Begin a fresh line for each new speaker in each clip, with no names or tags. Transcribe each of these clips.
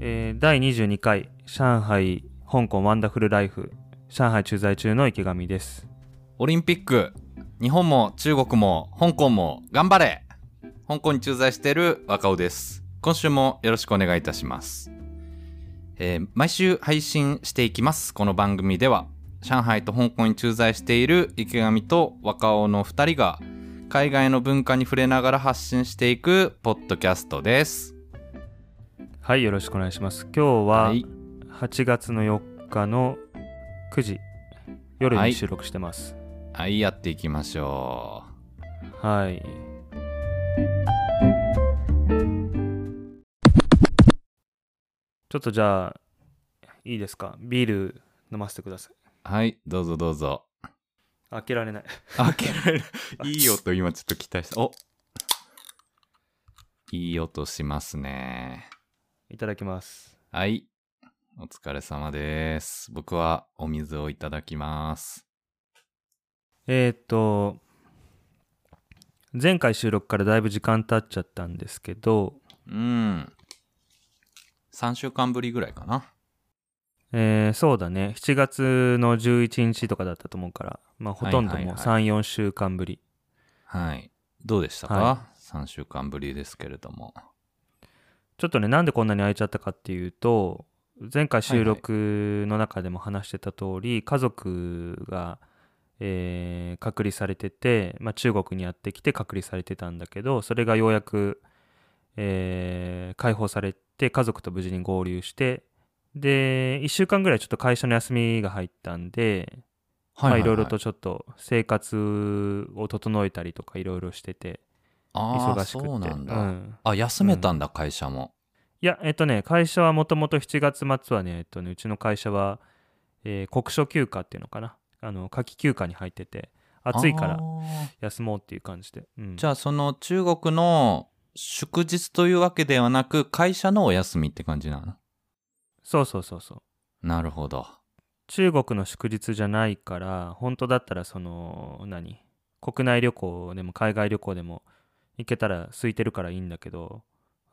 えー第22回上海香港ワンダフルライフ上海駐在中の池上です
オリンピック日本も中国も香港も頑張れ香港に駐在している若尾です今週もよろしくお願いいたします、えー毎週配信していきますこの番組では上海と香港に駐在している池上と若尾の2人が海外の文化に触れながら発信していくポッドキャストです
はいよろしくお願いします今日は
はい
8月の4日の9時夜
は
に
い
収録してます
はいやっていきましょう
はい、ちょっとじゃあいいですかビール飲ませてください
はいどうぞどうぞ
開けられない
開けられる。 いい音、今ちょっと期待した。おいい音しますね。
いただきます
はい。お疲れ様です。僕はお水をいただきます。
えーっと前回収録からだいぶ時間経っちゃったんですけど
うん。3週間ぶりぐらいかな。
えーそうだね7月の11日とかだったと思うから、まあ、ほとんど
はい
も
は
う
いは
34
い
週間ぶり、
はい。どうでしたか、
は
?3 週間ぶりですけれども。
ちょっとねなんでこんなに空いちゃったかっていうと前回収録の中でも話してた通り、家族が、えー隔離されてて、まあ、中国にやってきて隔離されてたんだけどそれがようやく、えー解放されて家族と無事に合流してで1週間ぐらいちょっと会社の休みが入ったんでまあいろいろとちょっと生活を整えたりとかいろいろしてて
あ
忙
あ、
しくて
そうなんだ。
うん
あ、休めたんだ、会社も。
いやえっとね会社はもともと7月末はね,、えっと、ねうちの会社は、えー国暑休暇っていうのかなあの夏季休暇に入ってて暑いから
あー
休もうっていう感じで、うん
じゃあその中国の祝日というわけではなく会社のお休みって感じなの
そうそうそうそう
なるほど。
中国の祝日じゃないから本当だったらその何国内旅行でも海外旅行でも行けたら空いてるからいいんだけど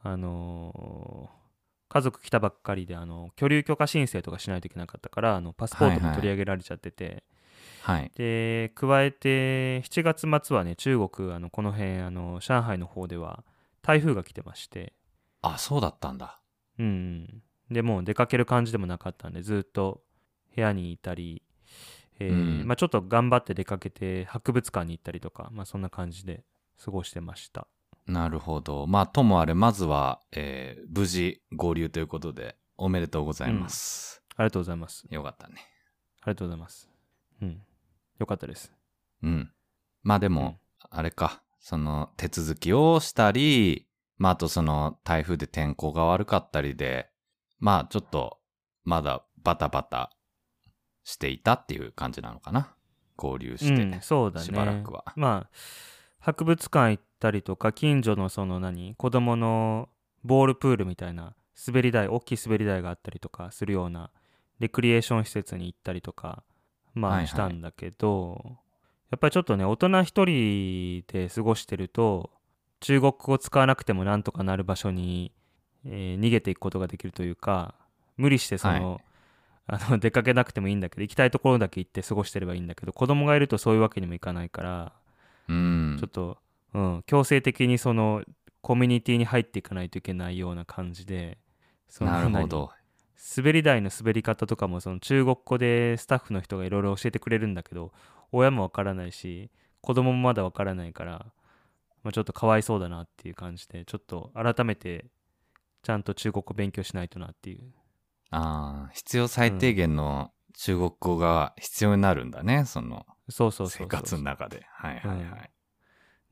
あのー家族来たばっかりであの居留許可申請とかしないといけなかったからあのパスポート
はいは
も
い
取り上げられちゃってて、
はい。
で加えて7月末はね中国あのこの辺あの上海の方では台風が来てまして
あ、そうだったんだ。
うんでもう出かける感じでもなかったんでずっと部屋にいたり、えー
うん
まあ、ちょっと頑張って出かけて博物館に行ったりとか、まあ、そんな感じで過ごしてました
なるほど。まあともあれまずは、えー無事合流ということでおめでとうございます。
ありがとうございます
よかったね。
ありがとうございますうんよかったです
うん。まあでも、あれか。その手続きをしたり、まああとその台風で天候が悪かったりで、まあちょっとまだバタバタしていたっていう感じなのかな。合流して。
うん、そうだね
しばらくは
まあ博物館行ったりとか近所のその何子供のボールプールみたいな滑り台大きい滑り台があったりとかするようなレクリエーション施設に行ったりとか
はい
ま
は
あ
い
したんだけど、やっぱりちょっとね大人一人で過ごしてると中国語を使わなくてもなんとかなる場所に、えー逃げていくことができるというか無理してその、 あの出かけなくてもいいんだけど行きたいところだけ行って過ごしてればいいんだけど子供がいるとそういうわけにもいかないから、
うん
ちょっと、うん、強制的にそのコミュニティに入っていかないといけないような感じでその
なるほど。
何滑り台の滑り方とかもその中国語でスタッフの人がいろいろ教えてくれるんだけど親もわからないし子供もまだわからないから、まあ、ちょっとかわいそうだなっていう感じでちょっと改めてちゃんと中国語勉強しないとなっていう
ああ、必要最低限の中国語が必要になるんだね、その
そうそうそうそう
生活の中で。はいはいはい。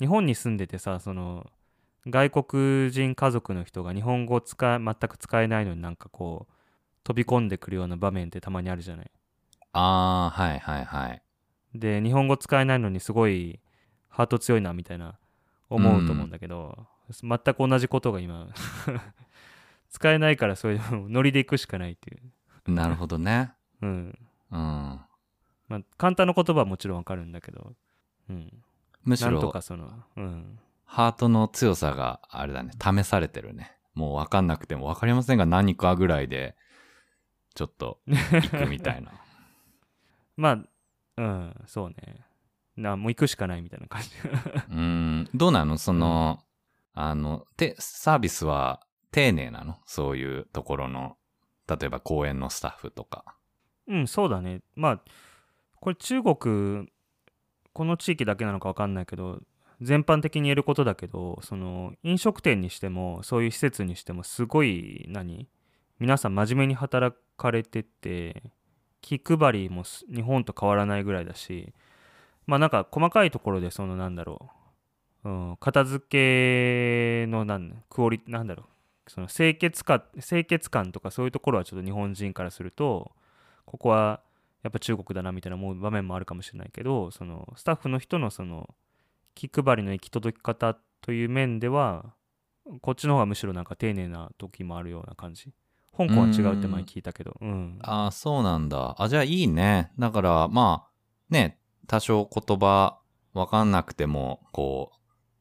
日本に住んでてさその外国人家族の人が日本語を使い全く使えないのになんかこう飛び込んでくるような場面ってたまにあるじゃない。
ああ、はいはいはい。
で日本語使えないのにすごいハート強いなみたいな思うと思うんだけど、全く同じことが今 使えないからそういうノリで行くしかないっていう、
なるほどね。
うん
うん。
まあ、簡単な言葉はもちろんわかるんだけど、うん、
むし
なんと
ろ
かその、うん、
ハートの強さがあれだね試されてるねもう分かんなくても分かりませんが何かぐらいでちょっと行くみたいな
まあ、うん、そうね。なもう行くしかないみたいな感じ。
うーんどうなのその、あのてサービスは丁寧なのそういうところの例えば公園のスタッフとか
うん、そうだね。まあ、これ中国、この地域だけなのかわかんないけど、全般的に言えることだけど、その飲食店にしても、そういう施設にしても、すごい、何皆さん真面目に働かれてて、気配りもす日本と変わらないぐらいだし、まあなんか細かいところで、そのなんだろう、うん、片付けのなんクオリなんだろう、その清潔か清潔感とかそういうところはちょっと日本人からすると、ここはやっぱ中国だなみたいな思う場面もあるかもしれないけどそのスタッフの人のその気配りの行き届き方という面ではこっちの方がむしろなんか丁寧な時もあるような感じ香港は違うって前聞いたけどうん
ああ、そうなんだ。あ、じゃあいいね。だから、まあ、ね、多少言葉わかんなくても、こ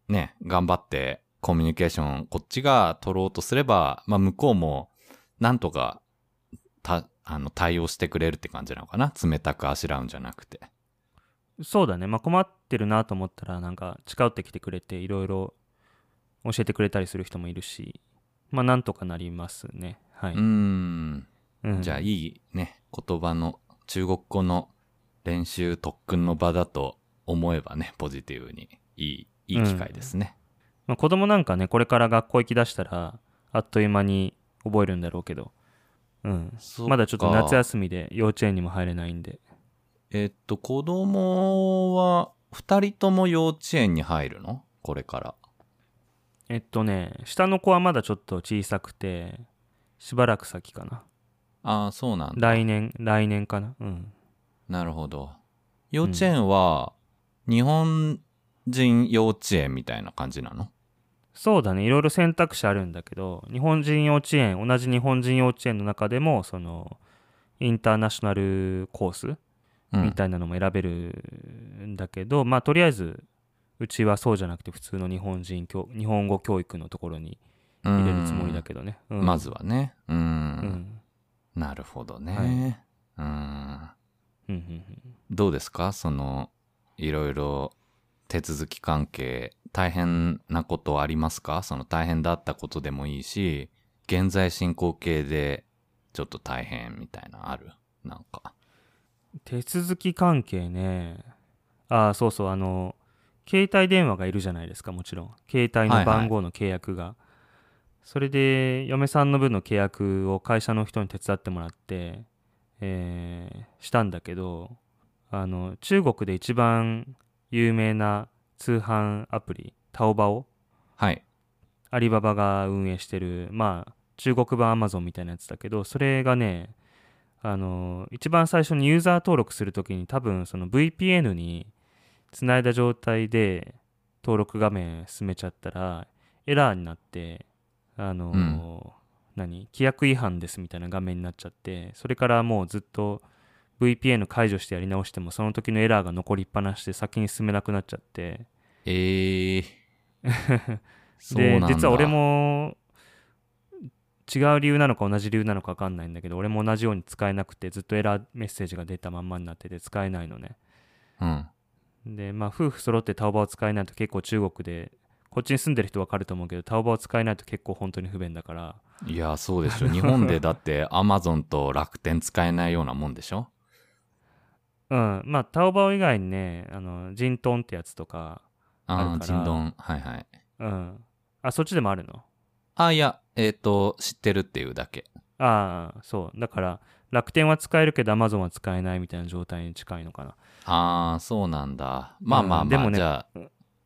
う、ね、頑張ってコミュニケーションこっちが取ろうとすれば、まあ向こうも、なんとか、た、あの、対応してくれるって感じなのかな。冷たくあしらうんじゃなくて。
そうだねまあ困ってるなと思ったらなんか近寄ってきてくれていろいろ教えてくれたりする人もいるしまあなんとかなりますねはいう
ー、ん。
うん
じゃあいいね、言葉の、中国語の練習特訓の場だと思えばね、ポジティブに。いい、いい機会ですね。
まあ、子供なんかねこれから学校行きだしたらあっという間に覚えるんだろうけど、うん、
そっか
まだちょっと夏休みで幼稚園にも入れないんで
えっと、子供は、二人とも幼稚園に入るのこれから。
えっとね下の子はまだちょっと小さくてしばらく先かな
ああ、そうなんだ。
来年来年かなうん
なるほど。幼稚園は、日本人幼稚園みたいな感じなの
そうだねいろいろ選択肢あるんだけど日本人幼稚園同じ日本人幼稚園の中でもそのインターナショナルコース
うん
みたいなのも選べるんだけど、まあとりあえずうちはそうじゃなくて普通の日本人教日本語教育のところに入れるつもりだけどね、
う
うんん
まずはね。う。
うんん
なるほどね。うん。
うんうん
どうですかそのいろいろ手続き関係大変なことありますかその大変だったことでもいいし現在進行形でちょっと大変みたいなあるなんか
うん手続き関係ねああそうそうあの携帯電話がいるじゃないですかもちろん携帯
はいは
の番
い
号の契約が、それで嫁さんの分の契約を会社の人に手伝ってもらって、えーしたんだけどあの中国で一番有名な通販アプリタオバオ
はい
アリババが運営してるまあ中国版アマゾンみたいなやつだけどそれがねあの一番最初にユーザー登録するときに多分その VPN につないだ状態で登録画面進めちゃったらエラーになってあの、
うん
何規約違反ですみたいな画面になっちゃってそれからもうずっと VPN 解除してやり直してもその時のエラーが残りっぱなしで先に進めなくなっちゃって
えー、そうな
で
んだ
実は俺も違う理由なのか同じ理由なのか分かんないんだけど俺も同じように使えなくてずっとエラーメッセージが出たまんまになってて使えないのね
うん
でまあ夫婦揃ってタオバを使えないと結構中国でこっちに住んでる人分かると思うけどタオバを使えないと結構本当に不便だから
いやそうでしょ日本でだってアマゾンと楽天使えないようなもんでしょ
うんまあタオバオ以外にねあのジントンってやつとかあ
あ
る
あ
から
ジンドンはいはい
うんあそっちでもあるの
あいやえっ、と知ってるっていうだけ
ああそうだから楽天は使えるけどアマゾンは使えないみたいな状態に近いのかな
ああそうなんだまあまあまあ、
うんでもね
じゃ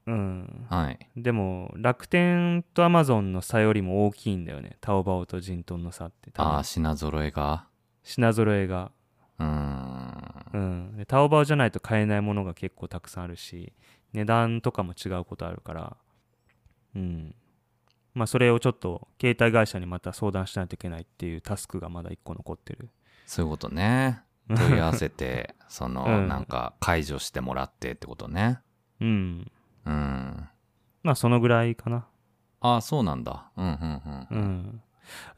うん
あはい
でも楽天とアマゾンの差よりも大きいんだよねタオバオとジントンの差って多
ああ
分
品揃えが
品揃えが、
うーん
うん、でタオバオじゃないと買えないものが結構たくさんあるし値段とかも違うことあるからうんまあそれをちょっと携帯会社にまた相談しないといけないっていうタスクがまだ1個残ってる
そういうこ とね問い合わせてその、
うん
なんか解除してもらってってことね
うん
うん
まあそのぐらいかな
ああ、そうなんだ。うんうん
う
うん。
ん、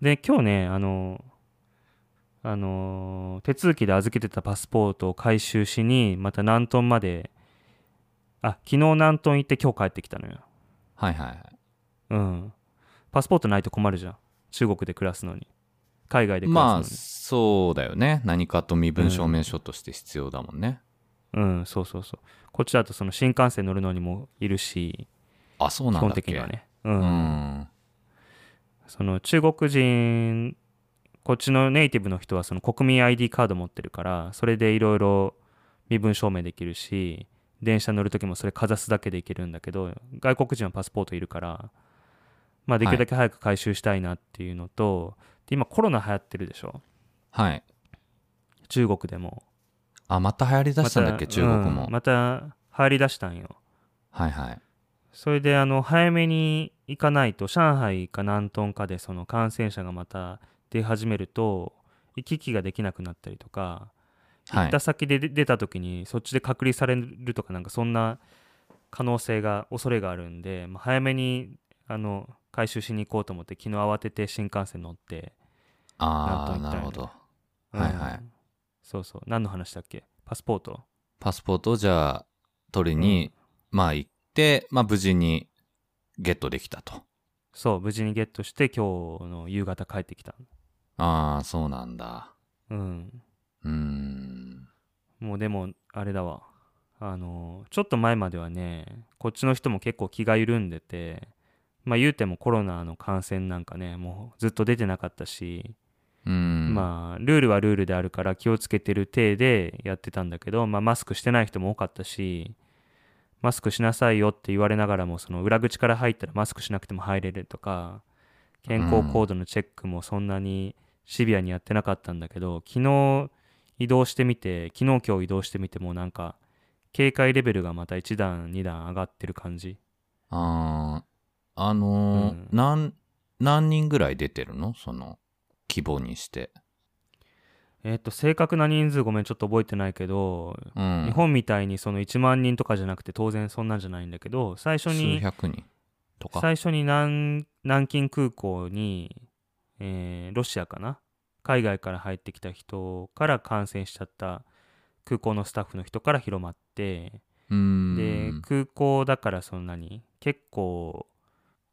で今日ねあのあの手続きで預けてたパスポートを回収しにまた南東まであ昨日南東行って今日帰ってきたのよ、
はいはいはい。
うん、パスポートないと困るじゃん中国で暮らすのに海外で暮
ま
ら
あ、
す
そうだよね。何かと身分証明書として必要だもんね。
のに、うんそうそうそうこっちだとその新幹線乗るのにもいるし
あ、そ
基
うなんだ
本
っけ。
的にはね、う
うんん。
その中国人こっちのネイティブの人はその国民 ID カード持ってるからそれでいろいろ身分証明できるし電車乗る時もそれかざすだけでいけるんだけど外国人はパスポートいるから、まあ、できるだけ早く回収したいなっていうのと、で今コロナ流行ってるでしょ
はい。
中国でも
あ、また流行り出したんだっけ、
ま
中国も、
うんまた入り出したんよ
はいはい。
それであの早めに行かないと上海か南東かでその感染者がまた出始めると行き来ができなくなったりとか
は
行
い
った。先で出出た時にそっちで隔離されるとかなんかそんな可能性が恐れがあるんで、まあ、早めにあの回収しに行こうと思って昨日慌てて新幹線乗って、
ああ、
なん
な
と言
るほ
ったら
ど。はいは
う
い
んそうそう何の話だっけパスポート
パスポートをじゃあ、取りに、まあ行って、まあ無事にゲットできたと。
そう無事にゲットして今日の夕方帰ってきた
ああ、そうなんだ。
うん
うーん。
もうでもあれだわあのちょっと前まではねこっちの人も結構気が緩んでてまあ言うてもコロナの感染なんかねもうずっと出てなかったし、
うーん。
まあルールはルールであるから気をつけてる体でやってたんだけど、まあ、マスクしてない人も多かったしマスクしなさいよって言われながらもその裏口から入ったらマスクしなくても入れるとか健康コードのチェックもそんなにシビアにやってなかったんだけど、昨日移動してみて昨日今日移動してみてもなんか警戒レベルがまた1段2段上がってる感じ
ああ、あ
う
のー
ん
なん、何人ぐらい出てるのその、規模にして。
えっと正確な人数ごめんちょっと覚えてないけど
うん。
日本みたいにその1万人とかじゃなくて当然そんなんじゃないんだけど最初
数
に
百人とか。
最初に南南京空港に、えーロシアかな海外から入ってきた人から感染しちゃった空港のスタッフの人から広まって
うーん。
で空港だからそんなに結構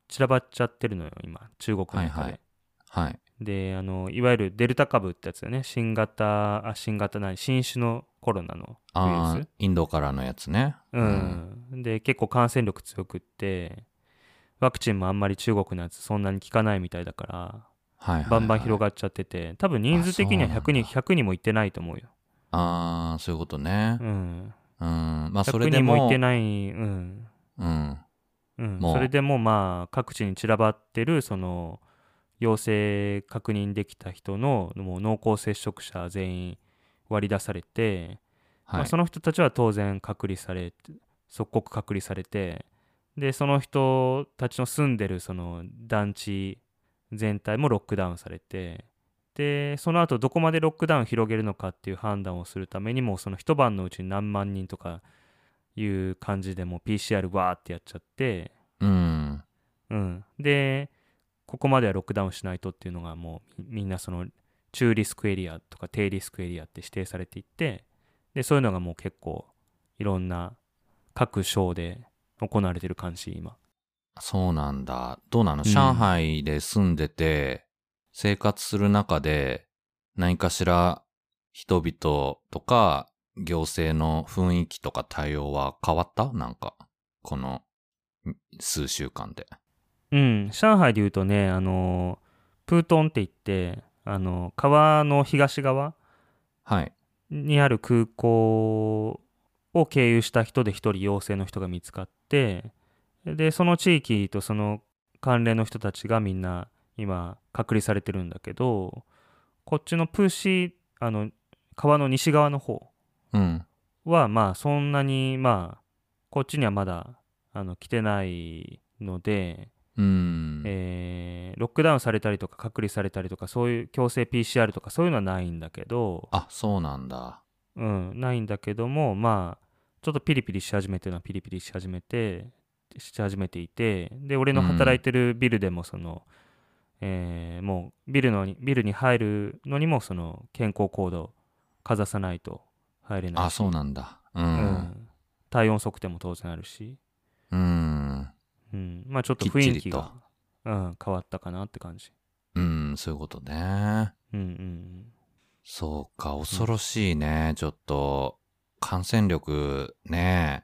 散らばっちゃってるのよ今中国の中で。
はいはいはい。
であのいわゆるデルタ株ってやつだよね新型あ新型ない新種のコロナの
あ
ウイル
あ
ス、
インドからのやつね。
うんで結構感染力強くってワクチンもあんまり中国のやつそんなに効かないみたいだから
はいはい、はい。
バンバン広がっちゃってて多分人数的には
あそう
100
な
人
んだ
100人もいってないと思うよ、
ああ、そういうことね
う。ん、
うん。まあ、そ
100
れで
人もい
も。
ってない、うん
うん。
うん、
もう
それでもまあ各地に散らばってるその陽性確認できた人のもう濃厚接触者全員割り出されて、
はい。
まあ、その人たちは当然隔離され即刻隔離されてでその人たちの住んでるその団地全体もロックダウンされてでその後どこまでロックダウン広げるのかっていう判断をするためにもうその一晩のうちに何万人とかいう感じでもう PCR わーってやっちゃって、
うん。
うん、でここまではロックダウンしないとっていうのがもうみみんなその中リスクエリアとか低リスクエリアって指定されていってでそういうのがもう結構いろんな各省で行われてる感じ今
そうなんだ。どうなの、
うん
上海で住んでて、生活する中で、何かしら人々とか、行政の雰囲気とか対応は変わったなんか、このん数週間で。
うん上海でいうとねあのプートンって言ってあの川の東側
はい。
にある空港を経由した人で1人陽性の人が見つかってでその地域とその関連の人たちがみんな今隔離されてるんだけどこっちのプーシーあの川の西側の方
うん。
はまあそんなにまあこっちにはまだあの来てないので、
うん。
えーロックダウンされたりとか隔離されたりとかそういう強制 PCR とかそういうのはないんだけど
あ、そうなんだ。
うん、ないんだけどもまあちょっとピリピリし始めてるのはピリピリし始めてし始めていてで俺の働いてるビルでもその、えーもうビルのにビルに入るのにもその健康コードかざさないと入れない
あ、
し
そうなんだ。う。
うんん体温測定も当然あるし、
うん。
うん、まあちょっと
きっち
雰囲
り
気
と
が、うん、変わったかなって感じ。
うん、そういうことね。
うんうん
そうか、恐ろしいね、ちょっと。感染力ね、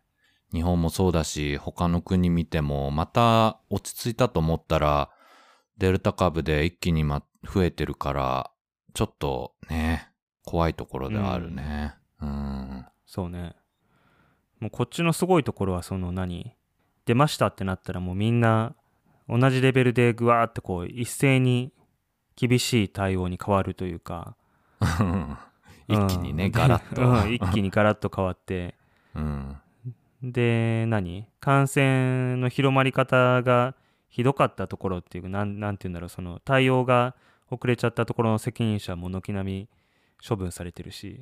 日本もそうだし、他の国見ても、また落ち着いたと思ったら、デルタ株で一気にま増えてるから、ちょっとね、怖いところではあるね。うん。
そうね。もうこっちのすごいところはその何出ましたってなったらもうみんな同じレベルでぐわーってこう一斉に厳しい対応に変わるというか
一気にね、
うん
ガラッと。
うん、一気にガラッと変わって
うん。
で何感染の広まり方がひどかったところっていうなんなんて言うんだろうその対応が遅れちゃったところの責任者も軒並み処分されてる し、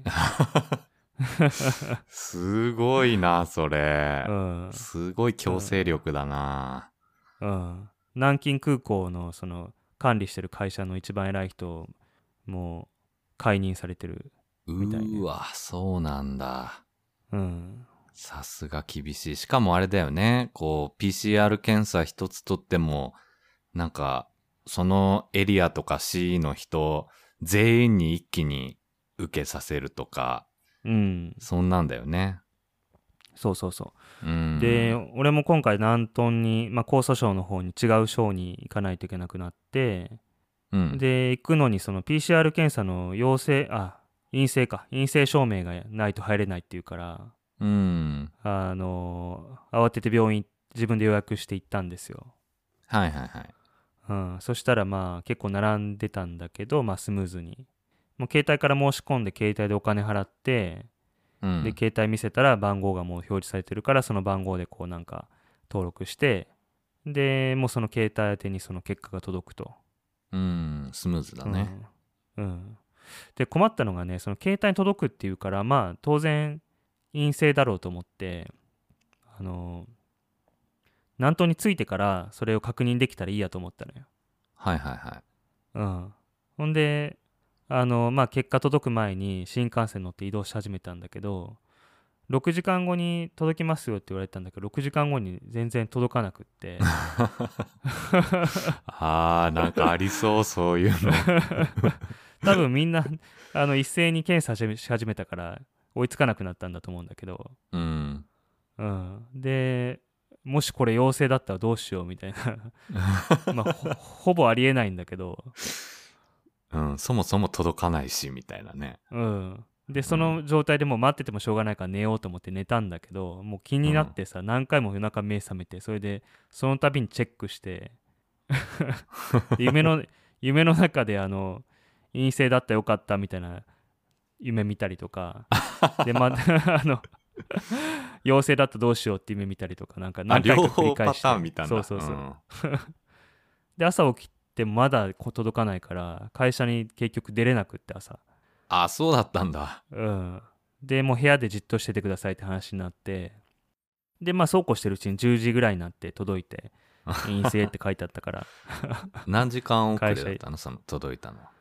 すごいな、それ
う。ん、
すごい強制力だな。
うん、南京空港のその管理してる会社の一番偉い人も解任されてる、
う
みたいね
ーわ、そうなんだ。
うん、
さすが厳しい。しかもあれだよね。こう、PCR 検査一つとっても、なんか、そのエリアとか市の人、全員に一気に受けさせるとか、
うん、
そんなんだよね。
そうそうそうう、
ん。
で、俺も今回南東に、まあ、江蘇省の方に違う省に行かないといけなくなって、
うん、
で行くのにその PCR 検査の陽性あ陰性か陰性証明がないと入れないっていうから
うん。
あの慌てて病院自分で予約して行ったんですよ
はいはいはい。
うん、そしたらまあ結構並んでたんだけど、まあ、スムーズにもう携帯から申し込んで携帯でお金払って、
うん。
で携帯見せたら番号がもう表示されてるからその番号でこうなんか登録してでもうその携帯宛てにその結果が届くと。
うん、スムーズだね。
うんうんで困ったのがねその携帯に届くっていうからまあ当然陰性だろうと思ってあの南東に着いてからそれを確認できたらいいやと思ったのよ。
はいはいはい。
うん、ほんであの、まあ、結果届く前に新幹線乗って移動し始めたんだけど6時間後に届きますよって言われたんだけど6時間後に全然届かなくって
ああ、なんかありそう、そういうの。
多分みんなあの一斉に検査しし始めたから追いつかなくなったんだと思うんだけど、
うん。
うん、でもしこれ陽性だったらどうしようみたいなまあほほぼありえないんだけど、
うん、そもそも届かないし、みたいなね。
うん、でその状態でもう待っててもしょうがないから寝ようと思って寝たんだけどもう気になってさ、何回も夜中目覚めてそれでその度にチェックして で夢の夢の中であの陰性だったよかったみたいな夢見たりと かでま たあの陽性だったどうしようって夢見たりとかなんか
あ
何回か
両
繰
方
り返
パ
して
ターンみたいな。
そうそうそう、
ん
で朝起きてまだこう届かないから会社に結局出れなくって朝
あ、そうだったんだ。
うん、でもう部屋でじっとしててくださいって話になってでまあそうこうしてるうちに10時ぐらいになって届い て陰性って書いてあったから、
何時間遅れ
会社
だったのその届いたのは。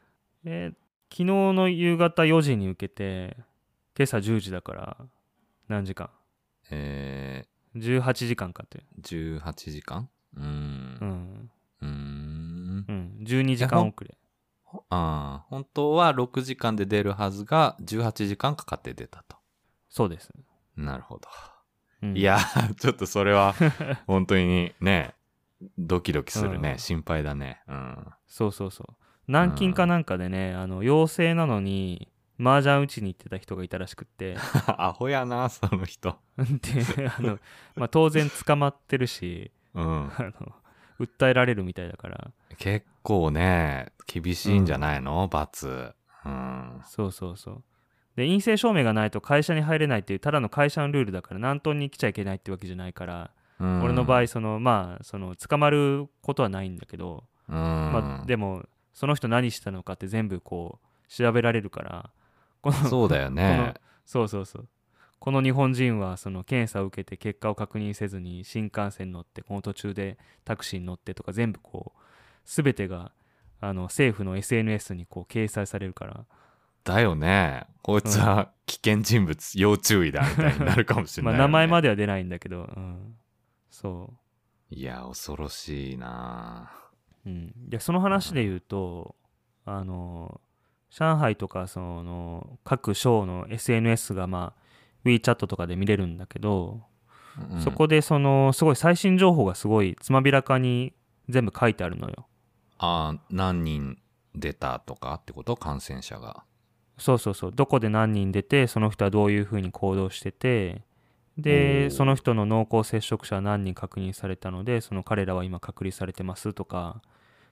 えー昨日の夕方4時に受けて今朝10時だから何時間
え
18時間かって
ー、18時間うー。
うんん、
うーん
う。ん、12時間遅れ
あー本当は6時間で出るはずが、18時間かかって出たと。
そうです、
なるほど。
うん
いやー、ちょっとそれは、本当にね、ドキドキするね。
うん
心配だね。うん。
そうそうそう軟禁かなんかでね、あの陽性なのに麻雀打ちに行ってた人がいたらしくっ て
アホやな、その人。
であの、まあ、当然捕まってるし
うん。
あの訴えられるみたいだから
結構ね、厳しいんじゃないの、罰。うん。
そうそうそうで陰性証明がないと会社に入れないっていうただの会社のルールだから南東に来ちゃいけないってわけじゃないから、
うん
俺の場合、そのまあその捕まることはないんだけど、
うん。
まあ、でもその人何したのかって全部こう調べられるからこの
そうだよね
この。そうそうそうこの日本人はその検査を受けて結果を確認せずに新幹線に乗ってこの途中でタクシーに乗ってとか全部こう全てがあの政府の SNS にこう掲載されるから
だよね。こいつは危険人物、要注意だ、みたいになるかもしれ な
ま
い
あ
よね、
名前までは出ないんだけど、うん、そ
いや、恐ろしいな
う、うん、いやその話で言うとあの上海とかその各省の SNS がまあ WeChat とかで見れるんだけど、
うん
そこでそのすごい最新情報がすごいつまびらかに全部書いてあるのよ
あー何人出たとかってこと感染者が。
そうそうそうどこで何人出てその人はどういうふうに行動してて
おー
でその人の濃厚接触者は何人確認されたのでその彼らは今隔離されてますとか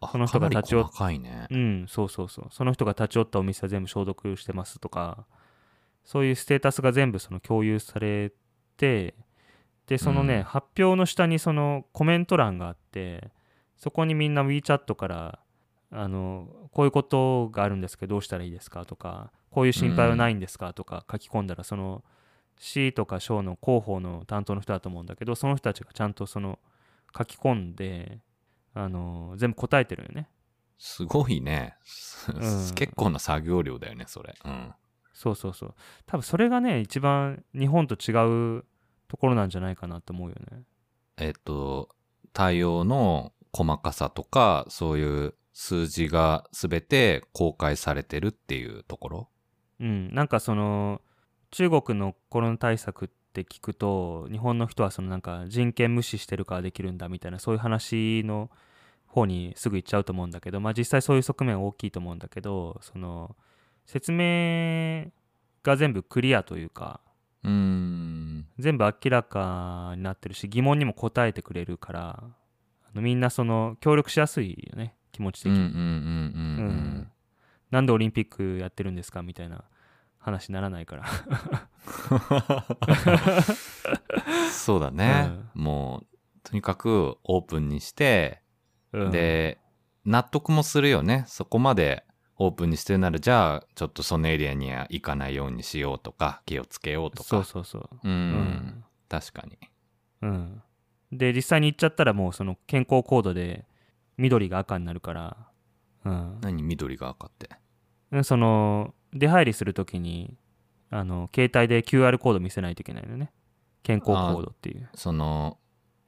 あ
その人が立ち寄っ
かなり細かいね。
うんそうそうそうその人が立ち寄ったお店は全部消毒してますとかそういうステータスが全部その共有されてでそのね、
うん
発表の下にそのコメント欄があってそこにみんな WeChat からあのこういうことがあるんですけどどうしたらいいですかとかこういう心配はないんですかとか書き込んだらその市とか省の広報の担当の人だと思うんだけどその人たちがちゃんとその書き込んであの全部答えてるよね。
すごいね、す
うん
結構な作業量だよね、それ。うん。
そうそうそう多分それがね一番日本と違うところなんじゃないかなと思うよね
えっと、対応の細かさとか、そういう数字が全て公開されてるっていうところ。
うんなんかその中国のコロナ対策って聞くと日本の人はそのなんか人権無視してるからできるんだみたいなそういう話の方にすぐ行っちゃうと思うんだけどまあ実際そういう側面は大きいと思うんだけどその説明が全部クリアというか
うーん。
全部明らかになってるし疑問にも答えてくれるからあのみんなその協力しやすいよね気持ち
う
的
んうん
に、
うんうんうん。うん
なんでオリンピックやってるんですかみたいな話にならないから
そうだね、もうとにかくオープンにして、
うん
で納得もするよねそこまでオープンにしてるならじゃあちょっとそのエリアには行かないようにしようとか気をつけようとか
そうそうそう
うん、
うん、
確かに
うん、で実際に行っちゃったらもうその健康コードで緑が赤になるから、うん、
何緑が赤って
でその出入りするときにあの携帯で QR コード見せないといけないのね健康コードっていう
その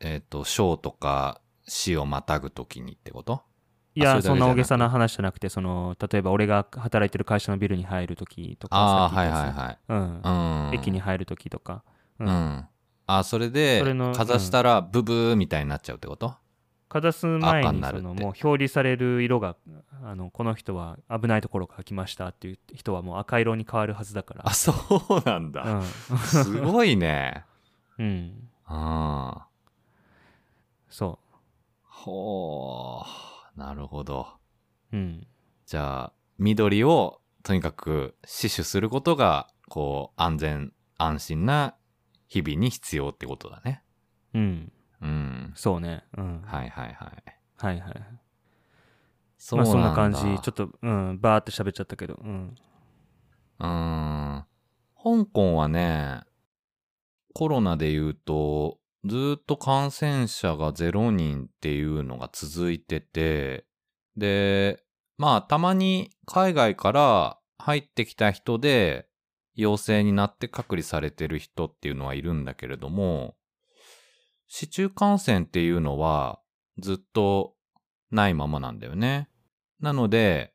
えっ、と章とか市をまたぐ時にってこと
いや
あ
そ
それだけ
んな大
じゃなく
げさな話じゃなくてその例えば俺が働いてる会社のビルに入るときとか
ああ
さっ
は
き
い
言ったやつ
は
うん
いはいうん
駅に入るときとか、う
うんん、あそれで
それの
かざしたらブブーみたいになっちゃうってこと、
かざす前
赤に
に
な
そ
るって
のもう表示される色があのこの人は危ないところから来ましたっていう人はもう赤色に変わるはずだから
あそうなんだ、すごいね。
うん、うん、
うん。
そ
ほう。なるほど。
ううん
じゃあ、緑をとにかく死守することが、こう、安全、安心な日々に必要ってことだね。
うん
うん。
そうねうん、
はいはいはい。
はいはい
そ
まあそんな感じちょっ
っ
とうんバーって喋っちゃったけどうん
と。うん。香港はね、コロナで言うと、ずーっと感染者が0人っていうのが続いてて、で、まあ、たまに海外から入ってきた人で、陽性になって隔離されてる人っていうのはいるんだけれども、市中感染っていうのはずっとないままなんだよね。なので、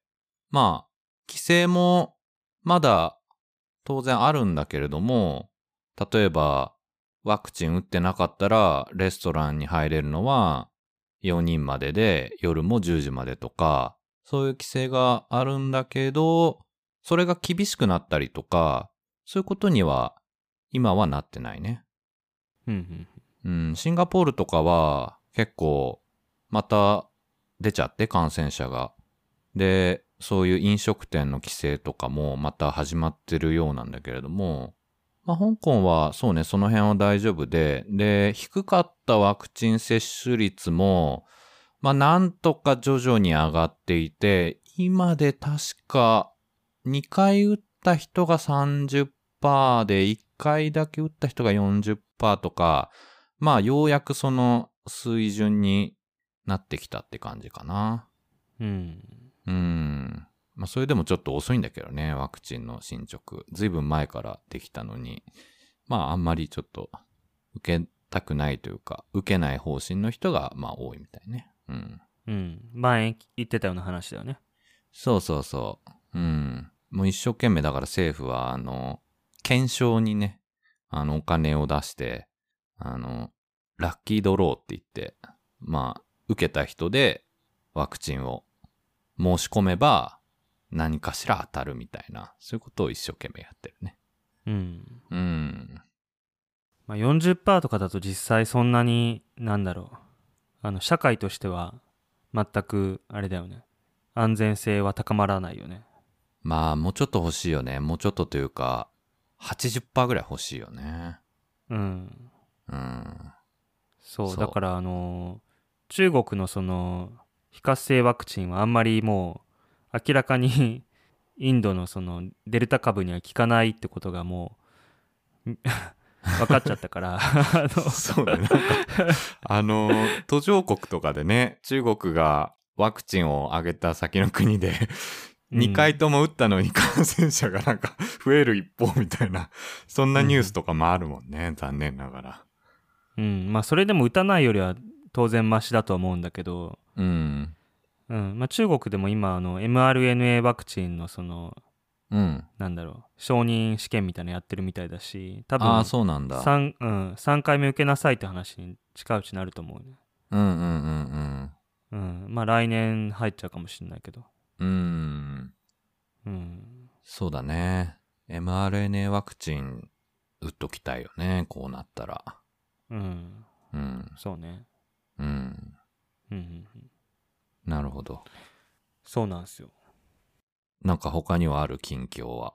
まあ、規制もまだ当然あるんだけれども、例えばワクチン打ってなかったらレストランに入れるのは4人までで夜も10時までとか、そういう規制があるんだけど、それが厳しくなったりとか、そういうことには今はなってないね。
うんうん
うん、シンガポールとかは結構また出ちゃって感染者が。で、そういう飲食店の規制とかもまた始まってるようなんだけれども、まあ、香港はそうね、その辺は大丈夫で、で、低かったワクチン接種率も、まあ、なんとか徐々に上がっていて、今で確か2回打った人が30%で、1回だけ打った人が40%とか、まあ、ようやくその水準になってきたって感じかな。
うん。
うん。まあ、それでもちょっと遅いんだけどね、ワクチンの進捗。ずいぶん前からできたのに、まあ、あんまりちょっと、受けたくないというか、受けない方針の人が、まあ、多いみたいね。うん。
うん。前言ってたような話だよね。
そうそうそう。うん。もう一生懸命だから政府は、あの、検証にね、あの、お金を出して、あの、ラッキードローって言って、まあ、受けた人でワクチンを申し込めば何かしら当たるみたいな、そういうことを一生懸命やってるね。
うん。
うん。
まあ、40%とかだと実際そんなに、なんだろう。あの、社会としては全く、あれだよね。安全性は高まらないよね。
まあ、もうちょっと欲しいよね。もうちょっとというか、80%ぐらい欲しいよね。
うん。
うん。
そう、
そう
だからあのー、中国のその、非活性ワクチンはあんまりもう、明らかにインドのその、デルタ株には効かないってことがもう、 ん分かっちゃった から、あの
そうだね。なん か、あの、途上国とかでね、中国がワクチンを上げた先の国で、
うん
2回とも打ったのに感染者がなんか増える一方みたいな、そんなニュースとかもあるもんね、残念ながら。
うん、まあそれでも打たないよりは当然マシだとは思うんだけど、
うん。
うんまあ、中国でも今あの mRNA ワクチンのその
うん。
なんだろう承認試験みたいなのやってるみたいだし多分
ああ、そうなんだ。
3, うん、3回目受けなさいって話に近いうちなると思うね、
うんうんうん
うん、まあ来年入っちゃうかもしれないけど、
うん。うん。
うん、
そうだね。mRNA ワクチン打っときたいよね、こうなったら。
うん、
うん。
そうね、
うん。
うんうんうん、
なるほど。
そうなんですよ
なんか他にはある近況は。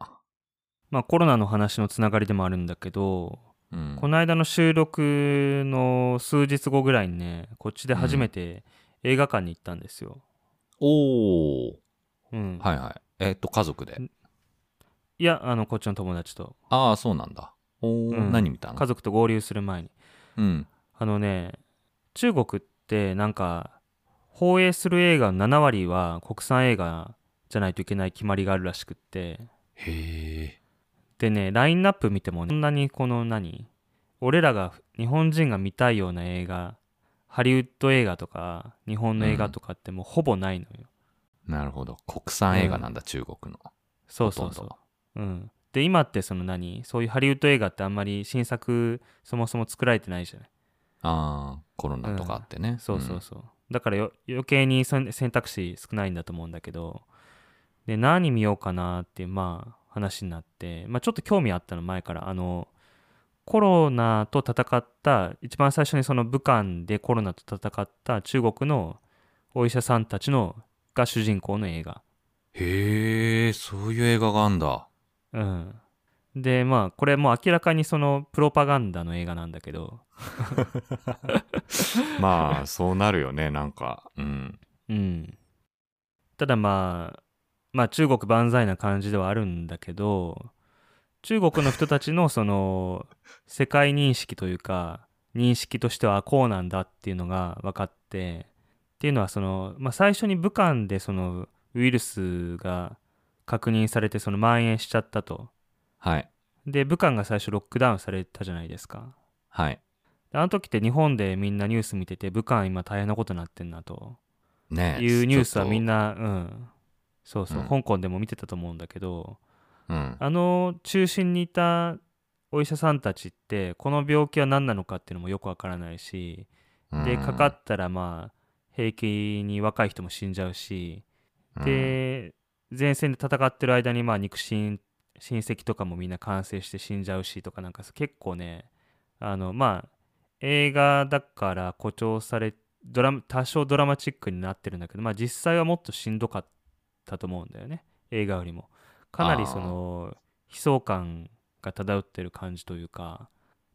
まあコロナの話のつながりでもあるんだけど
うん
この間の収録の数日後ぐらいにねこっちで初めて映画館に行ったんですよ、
おー。
うん
はいはい。えっ、と、家族で
ん。いやあのこっちの友達と
ああ、そうなんだ。おー、
うん
何見たの
家族と合流する前に
うん。
あのね中国ってなんか放映する映画の7割は国産映画じゃないといけない決まりがあるらしくって
へえ。
でねラインナップ見てもねそんなにこの何俺らが日本人が見たいような映画ハリウッド映画とか日本の映画とかってもうほぼないのよ、
なるほど。国産映画なんだ、中国の。
そうそう
ほとん
そう、うん、で今ってその何そういうハリウッド映画ってあんまり新作そもそも作られてないじゃない
ああ、コロナとかあってね。
そうそうそう、だからよ余計にそん選択肢少ないんだと思うんだけどで何見ようかなっていうまあ話になって、まあ、ちょっと興味あったの前からあのコロナと戦った一番最初にその武漢でコロナと戦った中国のお医者さんたちのが主人公の映画、
うんへえ、そういう映画があんだ。
うん、でまあこれもう明らかにそのプロパガンダの映画なんだけど、
まあ、そうなるよね、なんか。うん。
うん、ただまあまあ中国万歳な感じではあるんだけど中国の人たちのその世界認識というか認識としてはこうなんだっていうのが分かってっていうのはその、まあ、最初に武漢でそのウイルスが確認されてその蔓延しちゃったと
はい。
で武漢が最初ロックダウンされたじゃないですか
はい。
であの時って日本でみんなニュース見てて武漢今大変なことになってんなと
ねえ
いうニュースはみんな、う
な。
ん、そうそう、
うん
香港でも見てたと思うんだけど
うん。
あの中心にいたお医者さんたちってこの病気は何なのかっていうのもよくわからないしで
うん
かかったらまあ平気に若い人も死んじゃうし、で前線で戦ってる間にまあ肉親親戚とかもみんな感染して死んじゃうしとかなんか結構ねあのまあ映画だから誇張されドラマ多少ドラマチックになってるんだけど、まあ、実際はもっとしんどかったと思うんだよね映画よりもかなりその悲壮感が漂ってる感じというか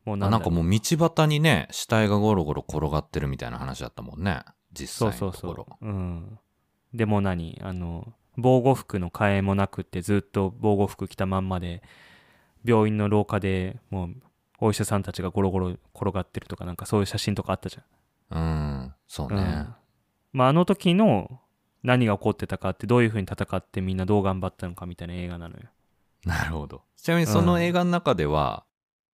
もう
あ
な
な
だ
んんか
ろう
もう道端にね、死体がゴロゴロ転がってるみたいな話だったもんね。実
そう
際
そ
の
う
とこ
そ
ろ。
う、うん、でも何あの防護服の替えもなくってずっと防護服着たまんまで病院の廊下でもうお医者さんたちがゴロゴロ転がってるとかなんかそういう写真とかあったじ
うん、そ
ゃ、
うんね。
うんまあ、あの時の何が起こってたかってどういうふうに戦ってみんなどう頑張ったのかみたいな映画なのよ
なるほど。ちなみにその映画の中では、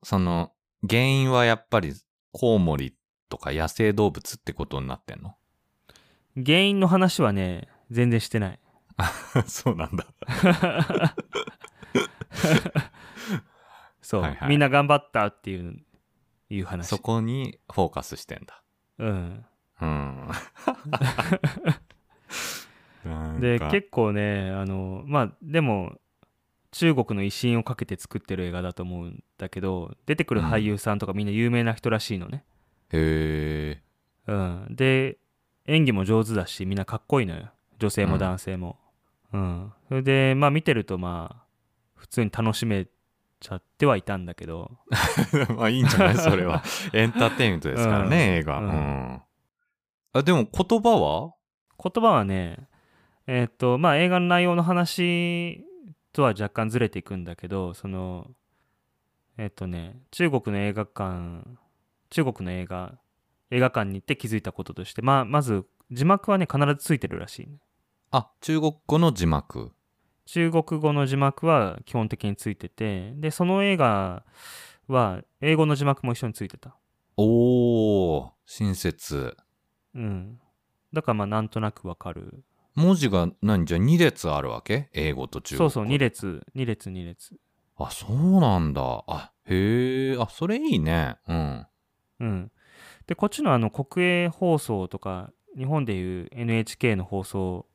その、原因はやっぱりコウモリとか野生動物ってことになってんの
原因の話はね全然してない
そうなんだ。
そう、
はいはい
みんな頑張ったっていういう話
そこにフォーカスしてんだ。
うん
うん。なん
で
か
結構ねあのまあでも中国の威信をかけて作ってる映画だと思うんだけど出てくる俳優さんとかみんな有名な人らしいのね、
へえ。
うん、で演技も上手だしみんなかっこいいのよ女性
う
も
ん
男性も、うんそれでまあ見てるとまあ普通に楽しめちゃってはいたんだけど
まあいいんじゃないそれ は。エンターテインメントですからね、映画。う。
うんん
あ、でも言葉は
言葉はねえっとまあ映画の内容の話とは若干ずれていくんだけどそのえっとね中国の映画館中国の映画映画館に行って気づいたこととして、まあ、まず字幕はね必ずついてるらしいね、
あ、中国語の字幕。
中国語の字幕は基本的についててでその映画は英語の字幕も一緒についてた
おー、親切。
うんだからまあなんとなくわかる
文字が何じゃあ2列あるわけ英語と中
そう
国語
そう2列2列2列
あそうなんだあへえあそれいいねうん
うん、でこっちのあの国営放送とか日本でいう NHK の放送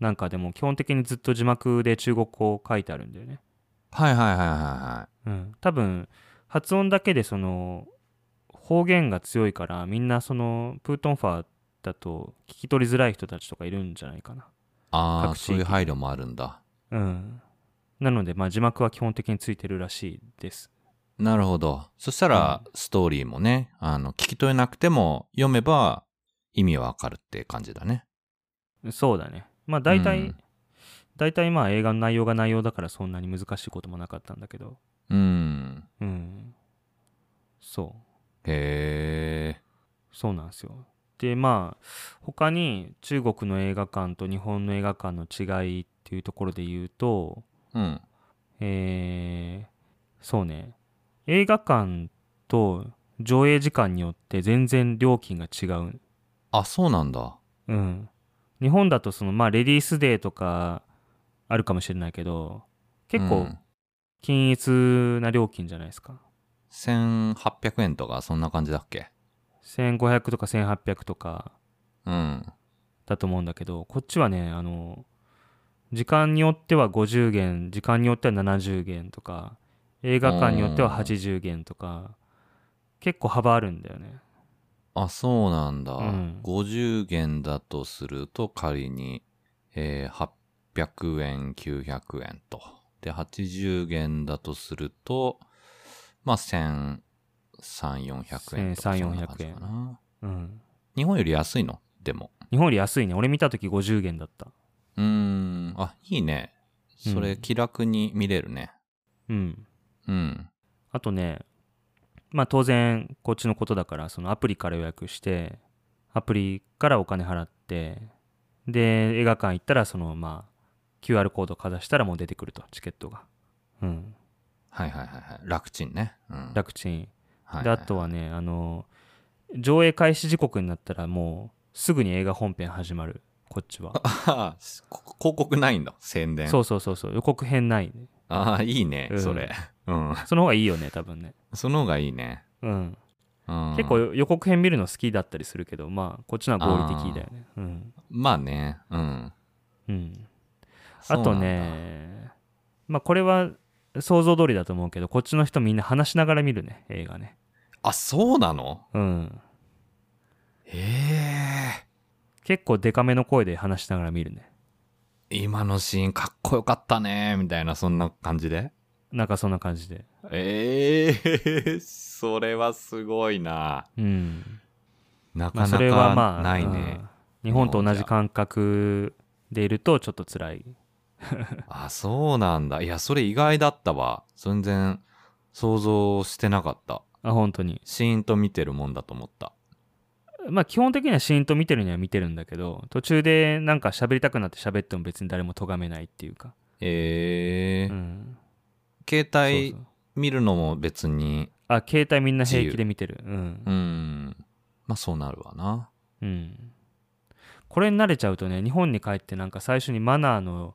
なんかでも基本的にずっと字幕で中国語を書いてあるんだよね、
はいはいはいはいは
うん、多分発音だけでその方言が強いからみんなそのプートンファーだと聞き取りづらい人たちとかいるんじゃないかな、
いああ
各地域
そういう配慮もあるんだ
うん、なのでまあ字幕は基本的についてるらしいです
なるほどそしたらストーリーもねあの聞き取れなくても読めば意味はわかるって感じだね
そうだねまあ大体、
うん
大体まあ映画の内容が内容だからそんなに難しいこともなかったんだけど
うん
うん。そ
へえ
う。そうなんですよ。で、まあ、他に中国の映画館と日本の映画館の違いっていうところで言うと、
うん
えー、そうね。映画館と上映時間によって全然料金が違う。
あそうなんだ
うん。日本だとその、まあ、レディースデーとかあるかもしれないけど、結
う
構
ん
均一な料金じゃないですか。
1800円とかそんな感じだっけ
1500とか1800とか。
うん
だと思うんだけどこっちはねあの時間によっては50元時間によっては70元とか映画館によっては
うん
80元とか結構幅あるんだよね
あ、そうなんだ。
うん
50元だとすると仮に、えー800円、900円と。で、80元だとすると、まあ、1000、3、400円とか。
1300
そんな感じかな
うん
日本より安いのでも。
日本より安いね俺見た時50元だった
うーん。あ、いいね。それ、
うん
気楽に見れるね。
うん
うん。
あとねまあ当然こっちのことだからそのアプリから予約してアプリからお金払ってで映画館行ったらそのまあ QR コードかざしたらもう出てくるとチケットがうん
はいはいはいはい。楽ちんね。うん。
楽ちん
はい
で
は
あ
い
とはねあの上映開始時刻になったらもうすぐに映画本編始まるこっちは
あー こ広告ないんだ。宣伝。
そうそうそうそう予告編ない、ね、
ああ、いいね
う。ん
それ。うん。
その方がいいよね多分ね
その方がいいね。
うん、
うん、
結構予告編見るの好きだったりするけどまあこっちのは合理的だよねうん
まあねうん
うん
そ
あ
うなんだ
とねまあこれは想像通りだと思うけどこっちの人みんな話しながら見るね映画ね
あそうなの
うん
え
結構デカめの声で話しながら見るね
え今のシーンかっこよかったねみたいなそんな感じで
なんかそんな感じで
ええ それはすごいな
うん
なか
まあ、
な
それは
か
まあ
ないね、
うん日本と同じ感覚でいるとちょっと辛い
あそうなんだいやそれ意外だったわ全然想像してなかった。
あ本当に
シーンと見てるもんだと思った。
まあ基本的にはシーンと見てるには見てるんだけど途中でなんか喋りたくなって喋っても別に誰も咎めないっていうか、
え
う
ー
ん、
携
そ
帯
うそう
見るのも別に、
あ携帯みんな平気で見てるうん
うん、まあそうなるわ な。
うん、これに慣れちゃうとね日本に帰ってなんか最初にマナーの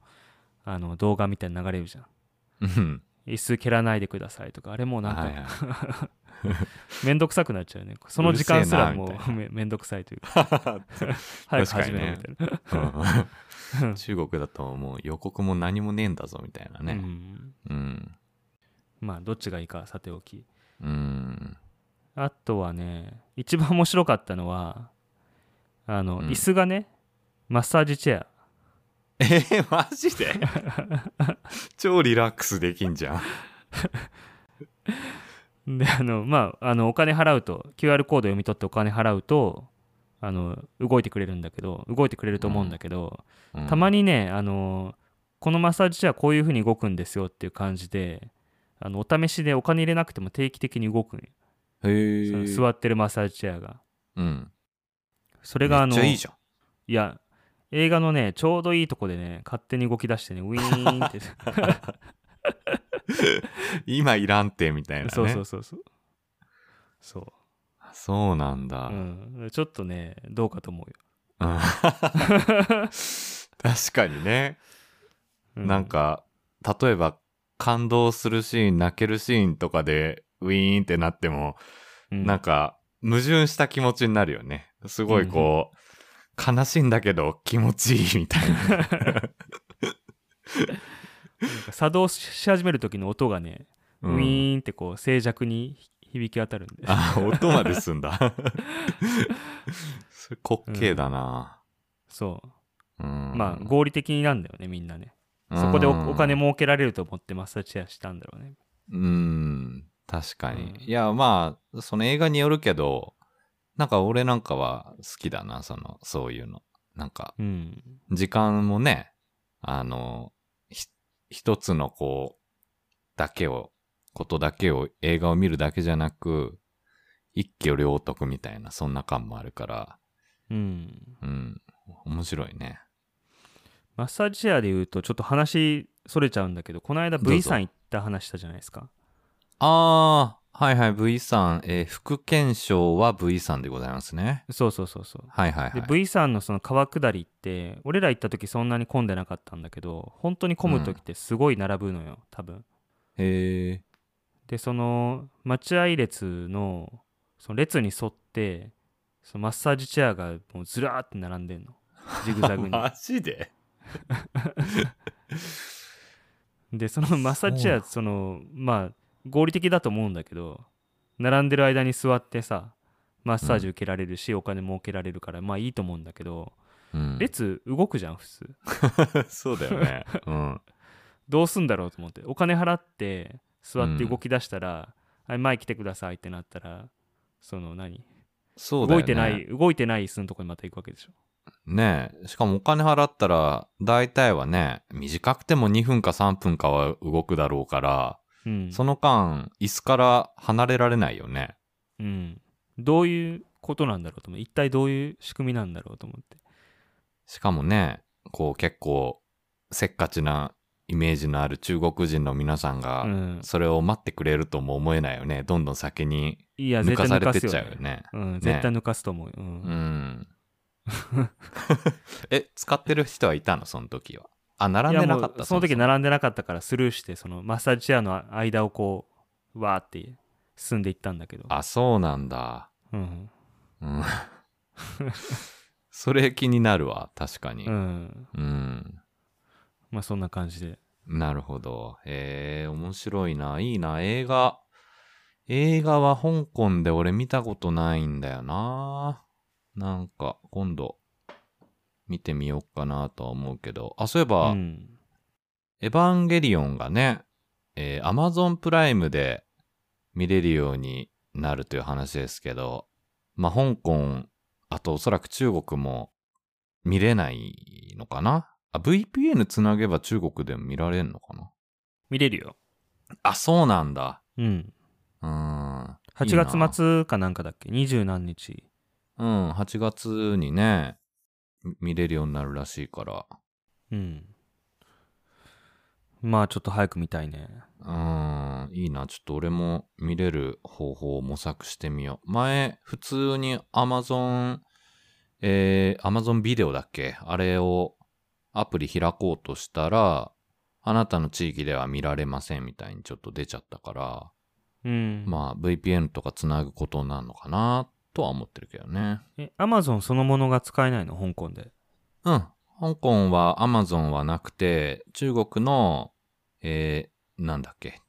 あの動画みたいに流れるじゃん
うん。
椅子蹴らないでくださいとかあれもうなん
はい
か
はい
めんどくさくなっちゃうねその時間すらも
うる
う
せ
めめんどくさいというか早く
確か
始
に
めろみ
ね
たいな、
うん中国だともう予告も何もねえんだぞみたいな
う
ね。
ん
うん。
まあどっちがいいかはさておき
うん。
あとはね一番面白かったのはあの、
うん
椅子がねマッサージチェア
えー、マジで超リラックスできんじゃん。
であのまああのお金払うと QR コード読み取ってお金払うとあの動いてくれるんだけど動いてくれると思うんだけど、たま
に。
にねあのこのマッサージチェアこういう風に動くんですよっていう感じであのお試しでお金入れなくても定期的に動くんよ
へ
その
ー
座ってるマッサージチェアが
うん。
それがあ
め
の
っちゃいいじゃん。
いや映画のねちょうどいいとこでね勝手に動き出してねウィーン って
今いらんてみたいなね。
そうそうそうそうそう
そうなん だ。
うん、ちょっとねどうかと思うよ、
うん確かにね。
う
なんか、例えば、感動するシーン、泣けるシーンとかで、ウィーンってなっても、
うん
なんか、矛盾した気持ちになるよね。すごいこう、悲しいんだけど気持ちいいみたいな。
なんか作動し始める時の音がね、
うん
ウィーンってこう静寂に響き渡るんで
あ、音まですんだ。 それ滑稽だな。
そう
うん
まあ合理的なんだよねみんなねそこでおお金。儲けられると思ってマッサージチェアしたんだろうね
うんうん、確かに
うん。
いや、まあ、その映画によるけど、なんか俺なんかは好きだな、その、そういうの。なんか、
うん
時間もね、あの、ひ一つのこう、だけを、ことだけを、映画を見るだけじゃなく、一挙両得みたいな、そんな感もあるから、
うん
うん、面白いね。
マッサージチェアで言うとちょっと話それちゃうんだけどこの間
どうぞ
V さん行った話したじゃないですか
あー、はいはい、V さん、えー副検証は V さんでございますね。
そうそうそうそう
はいはいはい。
で V さんのその川下りって俺ら行った時そんなに混んでなかったんだけど本当に混む時ってすごい並ぶのよ多分
へえ。
でその待合列のその列に沿ってそのマッサージチェアがもうずらーって並んでんのジグザグに
ジで
でそのマッサージチェアそのまあ合理的だと思うんだけど並んでる間に座ってさマッサージ受けられるし、お金儲けられるからまあいいと思うんだけど、
うん。
列動くじゃん普通
そうだよね。うん。
どうすんだろうと思ってお金払って座って動き出したら、はい前来てくださいってなったらその何、
そうだ
動
よね。
いてない。動いてない椅子のとこにまた行くわけでしょ
ねえ。しかもお金払ったら、大体はね、短くても2分か3分かは動くだろうから、
うん
その間、椅子から離れられないよね。
うん、どういうことなんだろうと思って一体どういう仕組みなんだろうと思って
しかもね、こう結構、せっかちなイメージのある中国人の皆さんが、
うん
それを待ってくれるとも思えないよね。どんどん先に
いや
抜
絶
か
対
さ
抜
れ
か
て
す
っ
よ
ち
ね
ゃうよね。
うん、絶対抜かすと思うよ、うん
うん。 え、使ってる人はいたのその時は。あ、並んでなかっ
いやもう
た
その時
な
並んでなかったからスルーしてそのマッサージチェアの間をこうわーって進んでいったんだけど、
あ、そうなんだ。
うん
うん。それ気になるわ、確かに。
う
うん。
ん、まあそんな感じで
なるほど。えー、面白いな。いいな。映画。映画は香港で俺見たことないんだよな。なんか、今度、見てみようかなとは思うけど。あ、そういえば、
うん、
エヴァンゲリオンがね、えー、Amazon プライムで見れるようになるという話ですけど、まあ、香港、あとおそらく中国も見れないのかなあ、VPN つなげば中国でも見られるのかな
見れるよ
あ、そうなんだ。
うん。
うん。
8月
末。
末かなんかだっけ二十何日。
うん、8月にね、み見れるようになるらしいから。
うん。まあちょっと早く見たいね。
うん、いいな。ちょっと俺も見れる方法を模索してみよう。前、普通に Amazon、えー、Amazon ビデオだっけあれをアプリ開こうとしたら、あなたの地域では見られませんみたいにちょっと出ちゃったから、
うん。
まあ VPN とかつなぐことになるのかなとは思ってるけどね。
え、アマゾンそのものが使えないの香港で。
うん。香港は Amazon はなくて、中国の、えー、なんだっけ。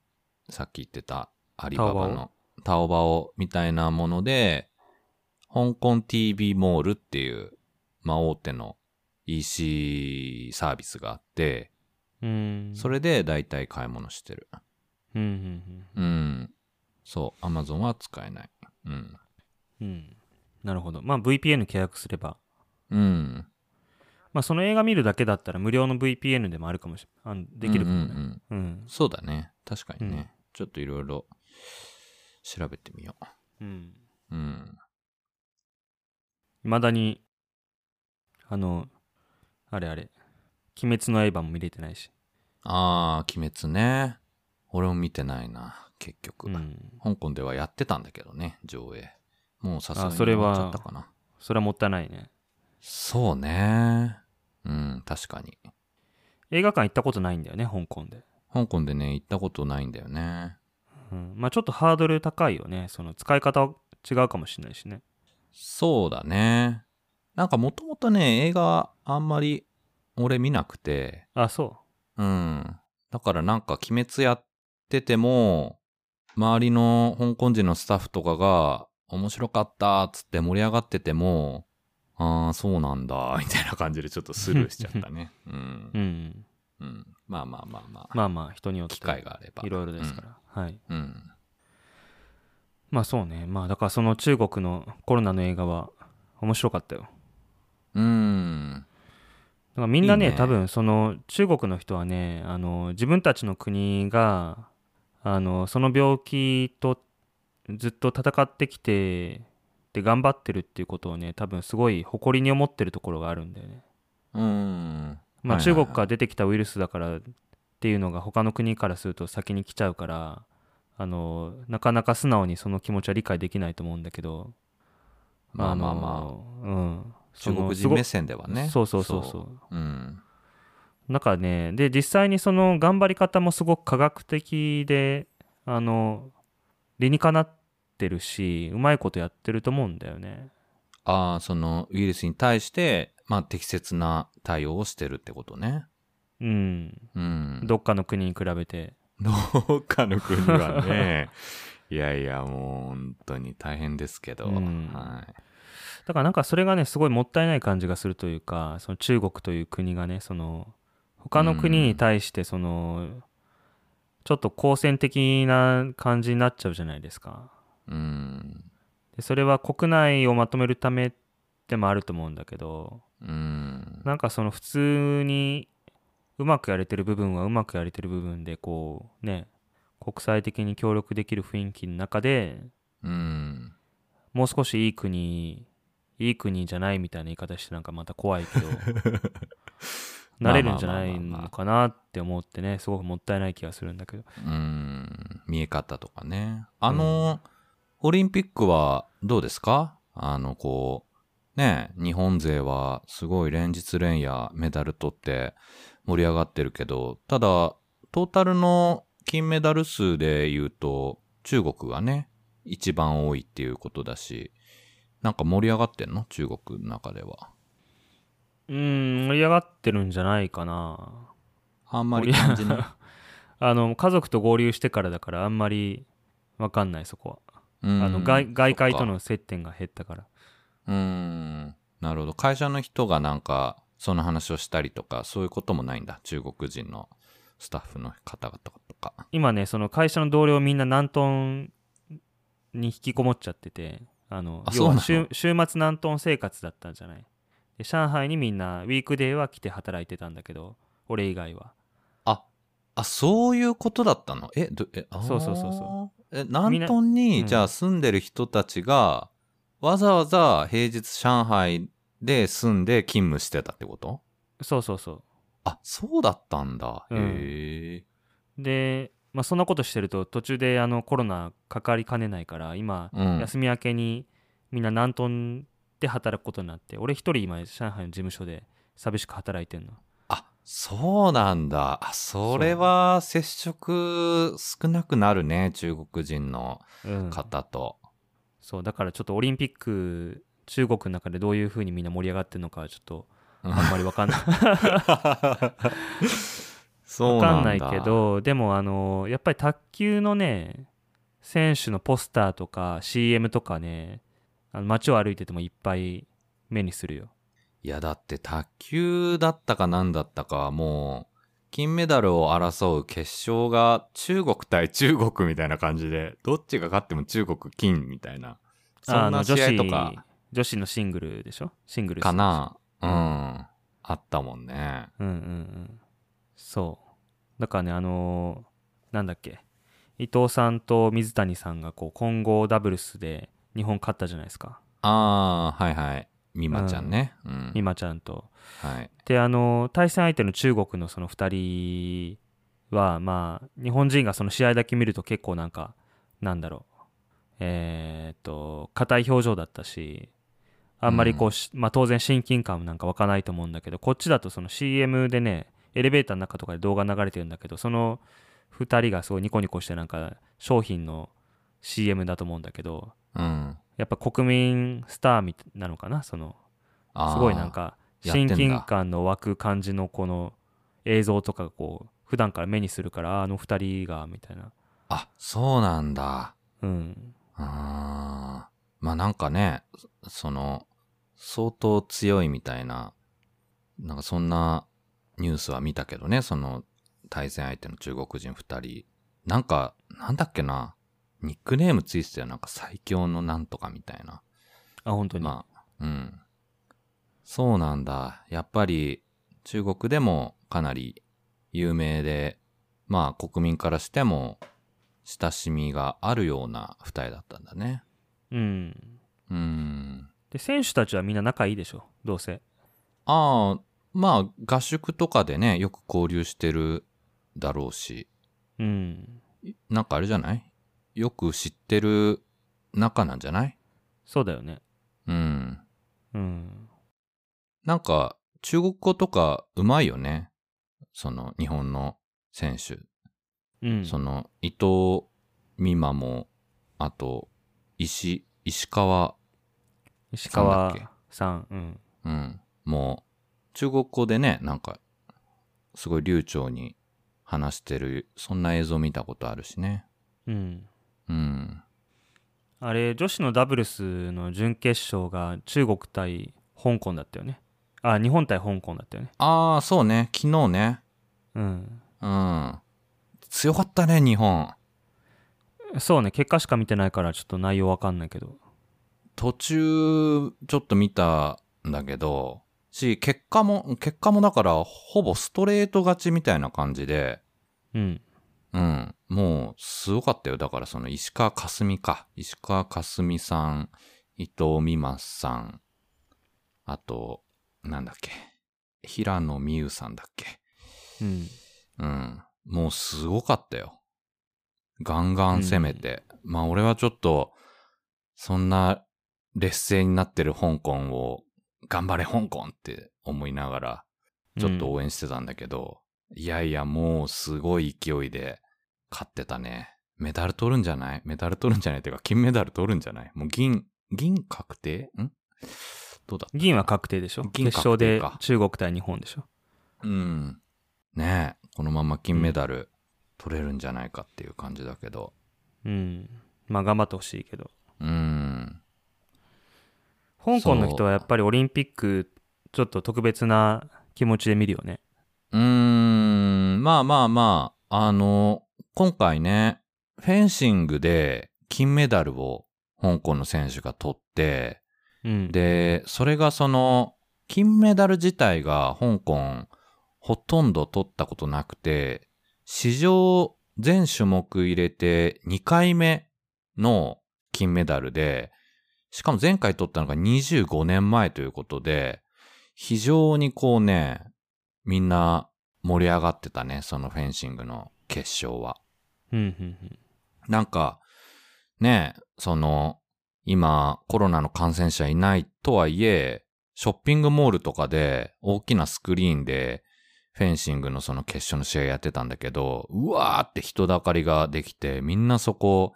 さっき言ってたアリババのタオバオみたいなもので、香港 TV モールっていう、まあ大手の EC サービスがあって、
うん。
それで大体買い物してる。
うんうん
うん。そう、Amazon は使えない。うん。
うん。うん。なるほど。まあ VPN 契約すれば。
うん。
まあその映画見るだけだったら無料の VPN でもあるかもしれあのできるかも
うんう
ね。
んうん
うん。
そうだね。確かにね。
うん
ちょっといろいろ調べてみよ
うん。
う。うん。
いまだに、あの、あれあれ、鬼滅の刃も見れてないし。
あー、鬼滅ね。俺も見てないな、結局。
うん。
香港ではやってたんだけどね、上映。もうさすがに
あそれ
終わ
は
っちゃったかな。
それはもったいないね。
そうね。うん、確かに。
映画館行ったことないんだよね、香港で。
香港でね、行ったことないんだよね。
うん、まあちょっとハードル高いよね。その使い方は違うかもしれないしね。
そうだね。なんかもともとね、映画あんまり俺見なくて、
あ、そ
うん。だからなんか鬼滅やってても、周りの香港人のスタッフとかが、面白かったっつって盛り上がってても、ああ、そうなんだ、 みたいな感じでちょっとスルーしちゃっ たね。うん
う。う。ん。
うん。まあまあまあまあ。
まあまあ人によって
機会があれば。
いろいろですから。はい。
うん。うん。
まあそうね。まあだからその中国のコロナの映画は面白かったよ。
うん。
だからみんなね
いいね
多分その中国の人はねあの自分たちの国があのその病気とずっと戦ってきてで頑張ってるっていうことをね多分すごい誇りに思ってるところがあるんだよね。
うん。
まあ、
はいはい
中
はい
国から出てきたウイルスだからっていうのが他の国からすると先に来ちゃうからあのなかなか素直にその気持ちは理解できないと思うんだけど
まあまあま
あのうん
あ。
そ
中
の
国
す
人
ご
目線ではね。
そうそうそうそう
う。うん。
なんかねで実際にその頑張り方もすごく科学的であの理にかなってるしうまいことやってると思うんだよね
ああ、そのウイルスに対して、まあ適切な対応をしてるってことね。
うん
うん。
どっかの国に比べて
どっかの国 はね、いやいや、もう本当に大変ですけど、
うん
はい。
だからなんかそれがねすごいもったいない感じがするというかその中国という国がねその他の国に対してその、ちょっと好戦的な感じになっちゃうじゃないですか
うん。
でそれは国内をまとめるためでもあると思うんだけど
うん。
なんかその普通にうまくやれてる部分はうまくやれてる部分でこうね国際的に協力できる雰囲気の中で
うん。
もう少しいい国いい国じゃないみたいな言い方してなんかまた怖いけど なれるんじゃないのかなって思ってねすごくもったいない気がするんだけど
うん。見え方とかね。あの、オリンピックはどうですかあの、こう、ね、日本勢はすごい連日連夜メダル取って盛り上がってるけど、ただ、トータルの金メダル数で言うと、中国がね、一番多いっていうことだし、なんか盛り上がってんの中国の中では。
うーん盛り上がってるんじゃないかな
あんまり感じない。
あの家族と合流してからだからあんまりわかんないそこは
うん
あの外外界と
そっか
の接点が減ったから
うーん。なるほど。会社の人がなんか、その話をしたりとか、そういうこともないんだ。中国人のスタッフの方々とか。
今ねその会社の同僚みんな南東に引きこもっちゃっててあの
あ
要は
そうな
週
の
週末南東生活だったんじゃないで上海にみんなウィークデーは来て働いてたんだけど俺以外は
あ、あ、そういうことだったのえ、ど、え、あー
そうそうそうそ
え南東に、
うん
じゃあ住んでる人たちが、わざわざ平日上海で住んで勤務してたってこと
そうそうそ
あ、そうだったんだ。
うん
へえ。
うで、まあ、そんなことしてると途中であのコロナかかりかねないから今、
うん
休み明けにみんな南東で働くことになって俺一人今上海の事務所で寂しく働いてんの
あ、そうなんだ。あ、それは接触少なくなるね、中国人の
うん、
方と。
そうだからちょっとオリンピック中国の中でどういうふうにみんな盛り上がってるのかはちょっと
うん
あんまりわかん ない
そう
わか
なん
ん
だ。
ないけ。どでもあのやっぱり卓球のね選手のポスターとか CM とかねあの街を歩いててもいっぱい目にするよ
いや、だって卓球だったかなんだったか、もう、金メダルを争う決勝が中国対中国みたいな感じで、どっちが勝っても中国金みたいな。そ
あ
ん
の
な
女
試
子
合とか
女子のシングルでしょシングルス
かな。う
うん
ん。あったもんね。
うんうんうんそうだからねあのなんだっけ伊藤さんと水谷さんがこう混合ダブルスで日本勝ったじゃないですか
ああ、はいはい。美馬ちゃんね。うん。
美誠ちゃんと
はい。
であの対戦相手の中国のその2人はまあ日本人がその試合だけ見ると結構なんかなんだろうえーっと硬い表情だったしあんまりこうし、まあ、当然親近感なんか湧かないと思うんだけどこっちだとその CM でねエレベーターの中とかで動画流れてるんだけどその2人がすごいニコニコしてなんか商品の CM だと思うんだけど
うん。
やっぱ国民スターみたいなのかなその
あー
すごいなん。か
やってん
親
だ
近感の湧く感じのこの映像とかがこう普段から目にするからあの二人がみたいな
あ、そうなんだ。
うん
あーまあなんかね、そその、相当強いみたいな、なんかそんなニュースは見たけどね、その対戦相手の中国人二人。なんか、なんだっけな、ニックネームついてたよ、なんか最強のなんとかみたいな。
あ本当に、
まあ、うん。そうなんだ。やっぱり中国でもかなり有名で、まあ国民からしても親しみがあるような二重だったんだね。
うん
うーん。
で選手たちはみんな仲いいでしょどうせ
ああ、まあ合宿とかでね、よく交流してるだろうし、
うん
なんかあれじゃないよく知ってる仲なんじゃない
そうだよね
うん。
うん
なんか、中国語とかうまいよね。その、日本の選手。
うん
その、伊藤美誠も、あと、石、石川、
石
さんだっ
川さんうん
うん、もう、中国語でね、なんか、すごい流暢に話してる、そんな映像見たことあるしね。
うん
うん。
あれ女子のダブルスの準決勝が中国対香港だったよねあ日本対香港だったよね
ああ、そうね、昨日ね。
うん
うん。強かったね、日本。
そうね結果しか見てないからちょっと内容わかんないけど
途中、ちょっと見たんだけど、し、結果も、結果もだから、ほぼストレート勝ちみたいな感じで、
うん
うん。もう、すごかったよ。だから、その、石川佳純か。石川佳純さん、伊藤美誠さん、あと、なんだっけ。平野美宇さんだっけ。
うん
うん。もう、すごかったよ。ガンガン攻めて。まあ、俺はちょっと、そんな、劣勢になってる香港を、頑張れ香港って思いながら、ちょっと
うん
応援してたんだけど、いやいや、もうすごい勢いで勝ってたね。メダル取るんじゃないメダル取るんじゃないっていうか、金メダル取るんじゃないもう銀、銀確定んどうだった
銀は確定でしょ
銀
決
確
勝
定
で
か
中国対日本でしょ
うん。ねえ、このまま金メダル取れるんじゃないかっていう感じだけど。
うんまあ頑張ってほしいけど
うん。
香港の人はやっぱりオリンピックちょっと特別な気持ちで見るよね
うーん、まあまあまあ、あの、今回ね、フェンシングで金メダルを香港の選手が取って、
うん
で、それがその、金メダル自体が香港、ほとんど取ったことなくて、史上全種目入れて2回目の金メダルで、しかも前回取ったのが25年前ということで、非常にこうね、みんな盛り上がってたね、そのフェンシングの決勝は。
うんうん
なんか、ね、その、今、コロナの感染者いないとはいえ、ショッピングモールとかで、大きなスクリーンで、フェンシングのその決勝の試合やってたんだけど、うわーって人だかりができて、みんなそこ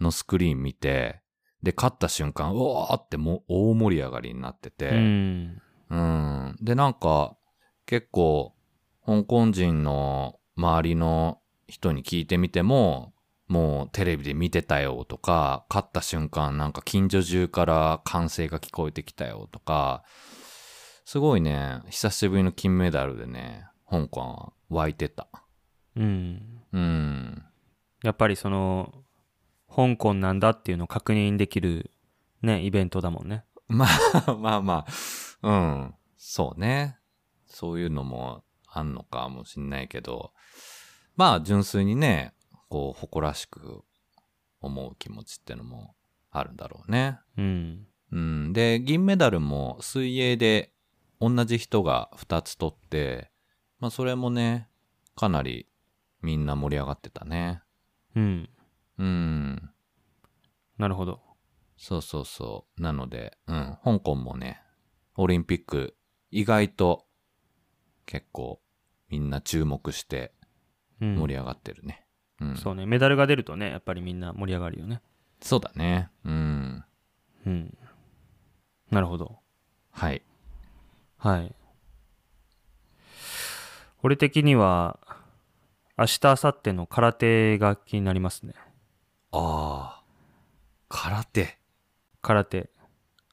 のスクリーン見て、で、勝った瞬間、うわーってもう大盛り上がりになってて、
うん。うん。
うん。で、なんか、結構、香港人の周りの人に聞いてみても、もうテレビで見てたよとか、勝った瞬間なんか近所中から歓声が聞こえてきたよとか、すごいね、久しぶりの金メダルでね、香港は湧いてた。
うん。
うん。
やっぱりその、香港なんだっていうのを確認できる、ね、イベントだもんね。
まあ まあまあ、うん、そうね。そういうのもあんのかもしんないけど、まあ純粋にね、こう誇らしく思う気持ちってのもあるんだろうね。
うん。
うん、で、銀メダルも水泳で同じ人が2つ取って、まあそれもね、かなりみんな盛り上がってたね。
うん。
うん。
なるほど。
そうそうそう。なので、うん、香港もね、オリンピック、意外と、結構、みんな注目して
うん、
盛り上がってるね。うん。
そうね。メダルが出るとね、やっぱりみんな盛り上がるよね。
そうだね。うん。
うん。なるほど。
はい。
はい。俺的には、明日、明後日の空手が気になりますね。
ああ。空手。
空手。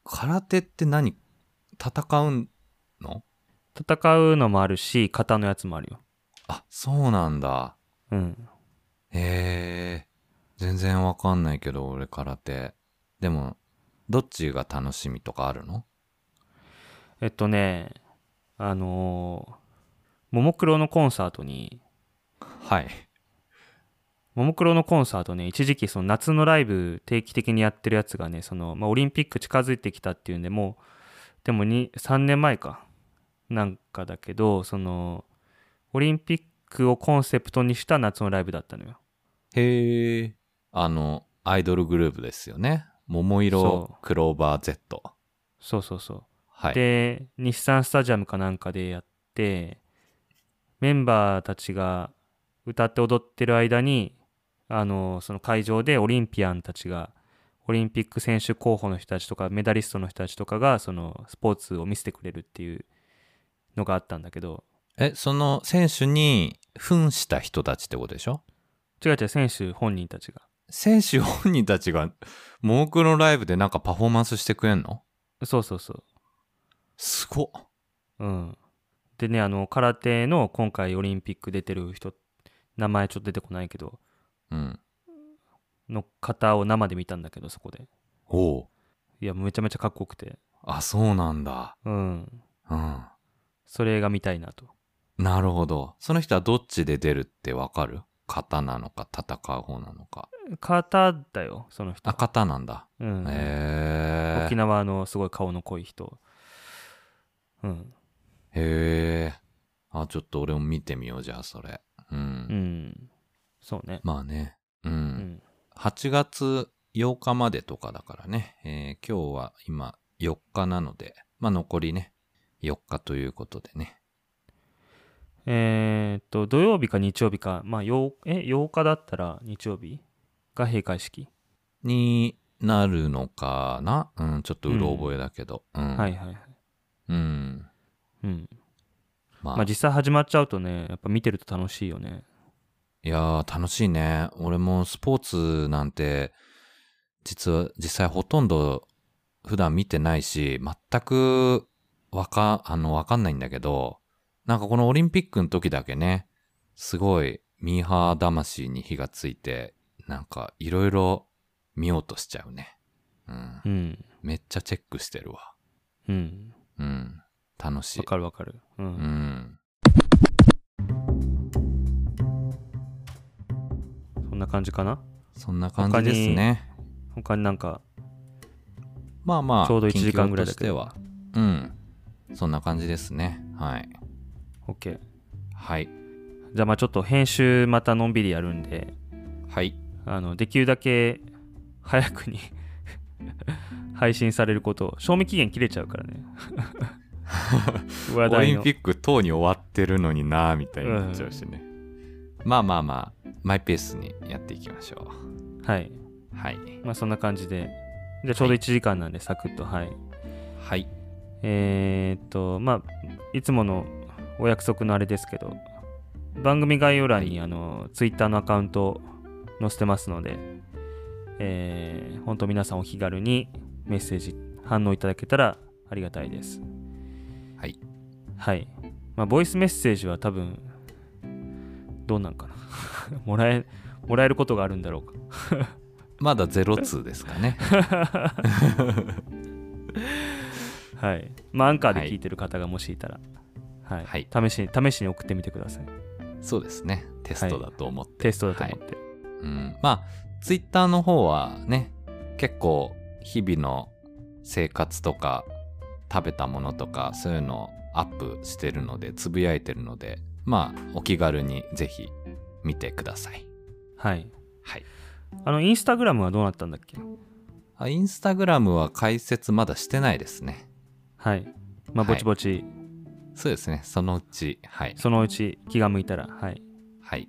空手って何戦うの
戦うのもあるし、型のやつもあるよ。
あ、そうなんだ。
うん。
へえ。全然わかんないけど、俺空手。でも、どっちが楽しみとかあるの
えっとね、あのーももクロのコンサートに、
はい。
ももクロのコンサートね、一時期その夏のライブ定期的にやってるやつがね、その、まあ、オリンピック近づいてきたっていうんで、もう、でもに3年前か、なんかだけど、その、オリンピックをコンセプトにした夏のライブだったのよ。
へえ。あの、アイドルグループですよね。桃色
そ
クローバー Z。
そうそうそう。
はい。
で、日産スタジアムかなんかでやって、メンバーたちが歌って踊ってる間に、あの、その会場でオリンピアンたちが、オリンピック選手候補の人たちとか、メダリストの人たちとかが、そのスポーツを見せてくれるっていうのがあったんだけど、
え、その選手に扮した人たちってことでしょ
違う違う、選手本人たちが。
選手本人たちが、モークのライブでなんかパフォーマンスしてくれんの
そうそうそ
すごっ。
う。うん。でね、あの、空手の今回オリンピック出てる人、名前ちょっと出てこないけど、
うん。
の方を生で見たんだけど、そこで。
おう。
いや、めちゃめちゃかっこよくて。
あ、そうなんだ。
うん。
うん。
それが見たいなと。
なるほど。その人はどっちで出るってわかる型なのか、戦う方なのか。
型だよ、その人
あ、。型なんだ。
うん。
へえ。
沖縄のすごい顔の濃い人。うん。
へえ。あ、ちょっと俺も見てみよう、じゃあ、それ。うん。
うん。そうね。
まあね。うん。
うん。
8月8日までとかだからね。えー今日は今4日なので、まあ残りね、4日ということでね。
えーっと、土曜日か日曜日か、まあ、ようえ、8日だったら日曜日が閉会式。
になるのかなうん、ちょっとうろ覚えだけど。うん。
はいはいはい。
うん。
うん。
まあ、
まあ、実際始まっちゃうとね、やっぱ見てると楽しいよね。
いやー、楽しいね。俺もスポーツなんて、実は、実際ほとんど普段見てないし、全くわか、あの、わかんないんだけど、なんかこのオリンピックの時だけね、すごいミーハー魂に火がついて、なんかいろいろ見ようとしちゃうね。うん。
うん。
めっちゃチェックしてるわ。
うん。
うん。楽しい
わ。かるわかる。う。
うんん。
んな感じかな
そんな感じですね。
他になんか
まあまあ、
ちょうど1
近況
時間ぐらいだ
とし
け
て
ど
は。うん。そんな感じですね。はい。
OK
はい。
じゃあまあちょっと編集またのんびりやるんで
はい。
あのできるだけ早くに 配信されることを賞味期限切れちゃうから ね話
オ
題
リン
の
ピックとうに終わってるのになみたいになっちゃうしね。まあまあまあ、マイペースにやっていきましょ
はい、
う。はい。
まあ、そんな感じでじゃあちょうど1時間なんでサクッとはい
はい。
えーっとまあいつものお約束のあれですけど番組概要欄に、あのツイッターのアカウント載せてますので、えー、本当皆さんお気軽にメッセージ反応いただけたらありがたいです
はい
はいまあボイスメッセージは多分どうなんかな もらえもらえることがあるんだろうか
まだゼロツーです かね。
はいまあアンカーで聞いてる方がもしいたら、はい試しに試しに送ってみてください
そうですね。テストだと思って。
テストだと思って、
うん、まあ、ツイッターの方はね、結構日々の生活とか食べたものとかそういうのをアップしてるので、つぶやいてるので、まあ、お気軽にぜひ見てください。
はい。
はい。
あの、インスタグラムはどうなったんだっけ
あインスタグラムは解説まだしてないですね。
はい。まあ、
はい
ぼちぼち、
そうですね。そのうち、はい。
そのうち気が向いたら。はい。
はい。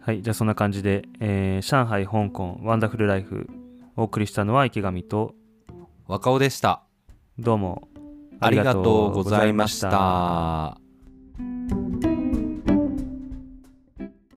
はい。じゃあ、そんな感じで、えー上海、香港、ワンダフルライフ、お送りしたのは池上と、
若尾でした。
どうも
ありがとうございました。